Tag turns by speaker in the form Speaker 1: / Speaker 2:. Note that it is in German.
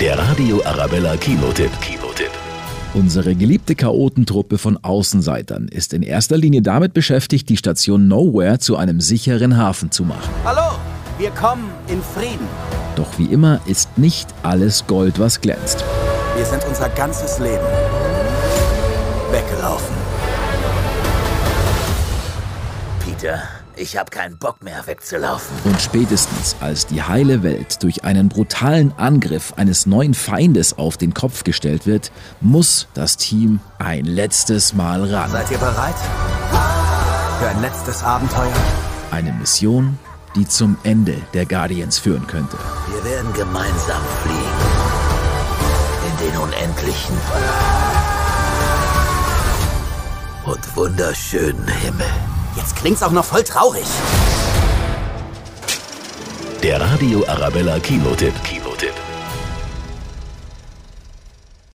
Speaker 1: Der Radio Arabella Kinotipp. Kinotipp.
Speaker 2: Unsere geliebte Chaotentruppe von Außenseitern ist in erster Linie damit beschäftigt, die Station Nowhere zu einem sicheren Hafen zu machen.
Speaker 3: Hallo, wir kommen in Frieden.
Speaker 2: Doch wie immer ist nicht alles Gold, was glänzt.
Speaker 3: Wir sind unser ganzes Leben weggelaufen. Peter, ich habe keinen Bock mehr wegzulaufen.
Speaker 2: Und spätestens, als die heile Welt durch einen brutalen Angriff eines neuen Feindes auf den Kopf gestellt wird, muss das Team ein letztes Mal ran.
Speaker 3: Seid ihr bereit für ein letztes Abenteuer?
Speaker 2: Eine Mission, die zum Ende der Guardians führen könnte.
Speaker 3: Wir werden gemeinsam fliegen. In den unendlichen und wunderschönen Himmel. Jetzt klingt's auch noch voll traurig.
Speaker 1: Der Radio Arabella Kinotipp. Kinotipp.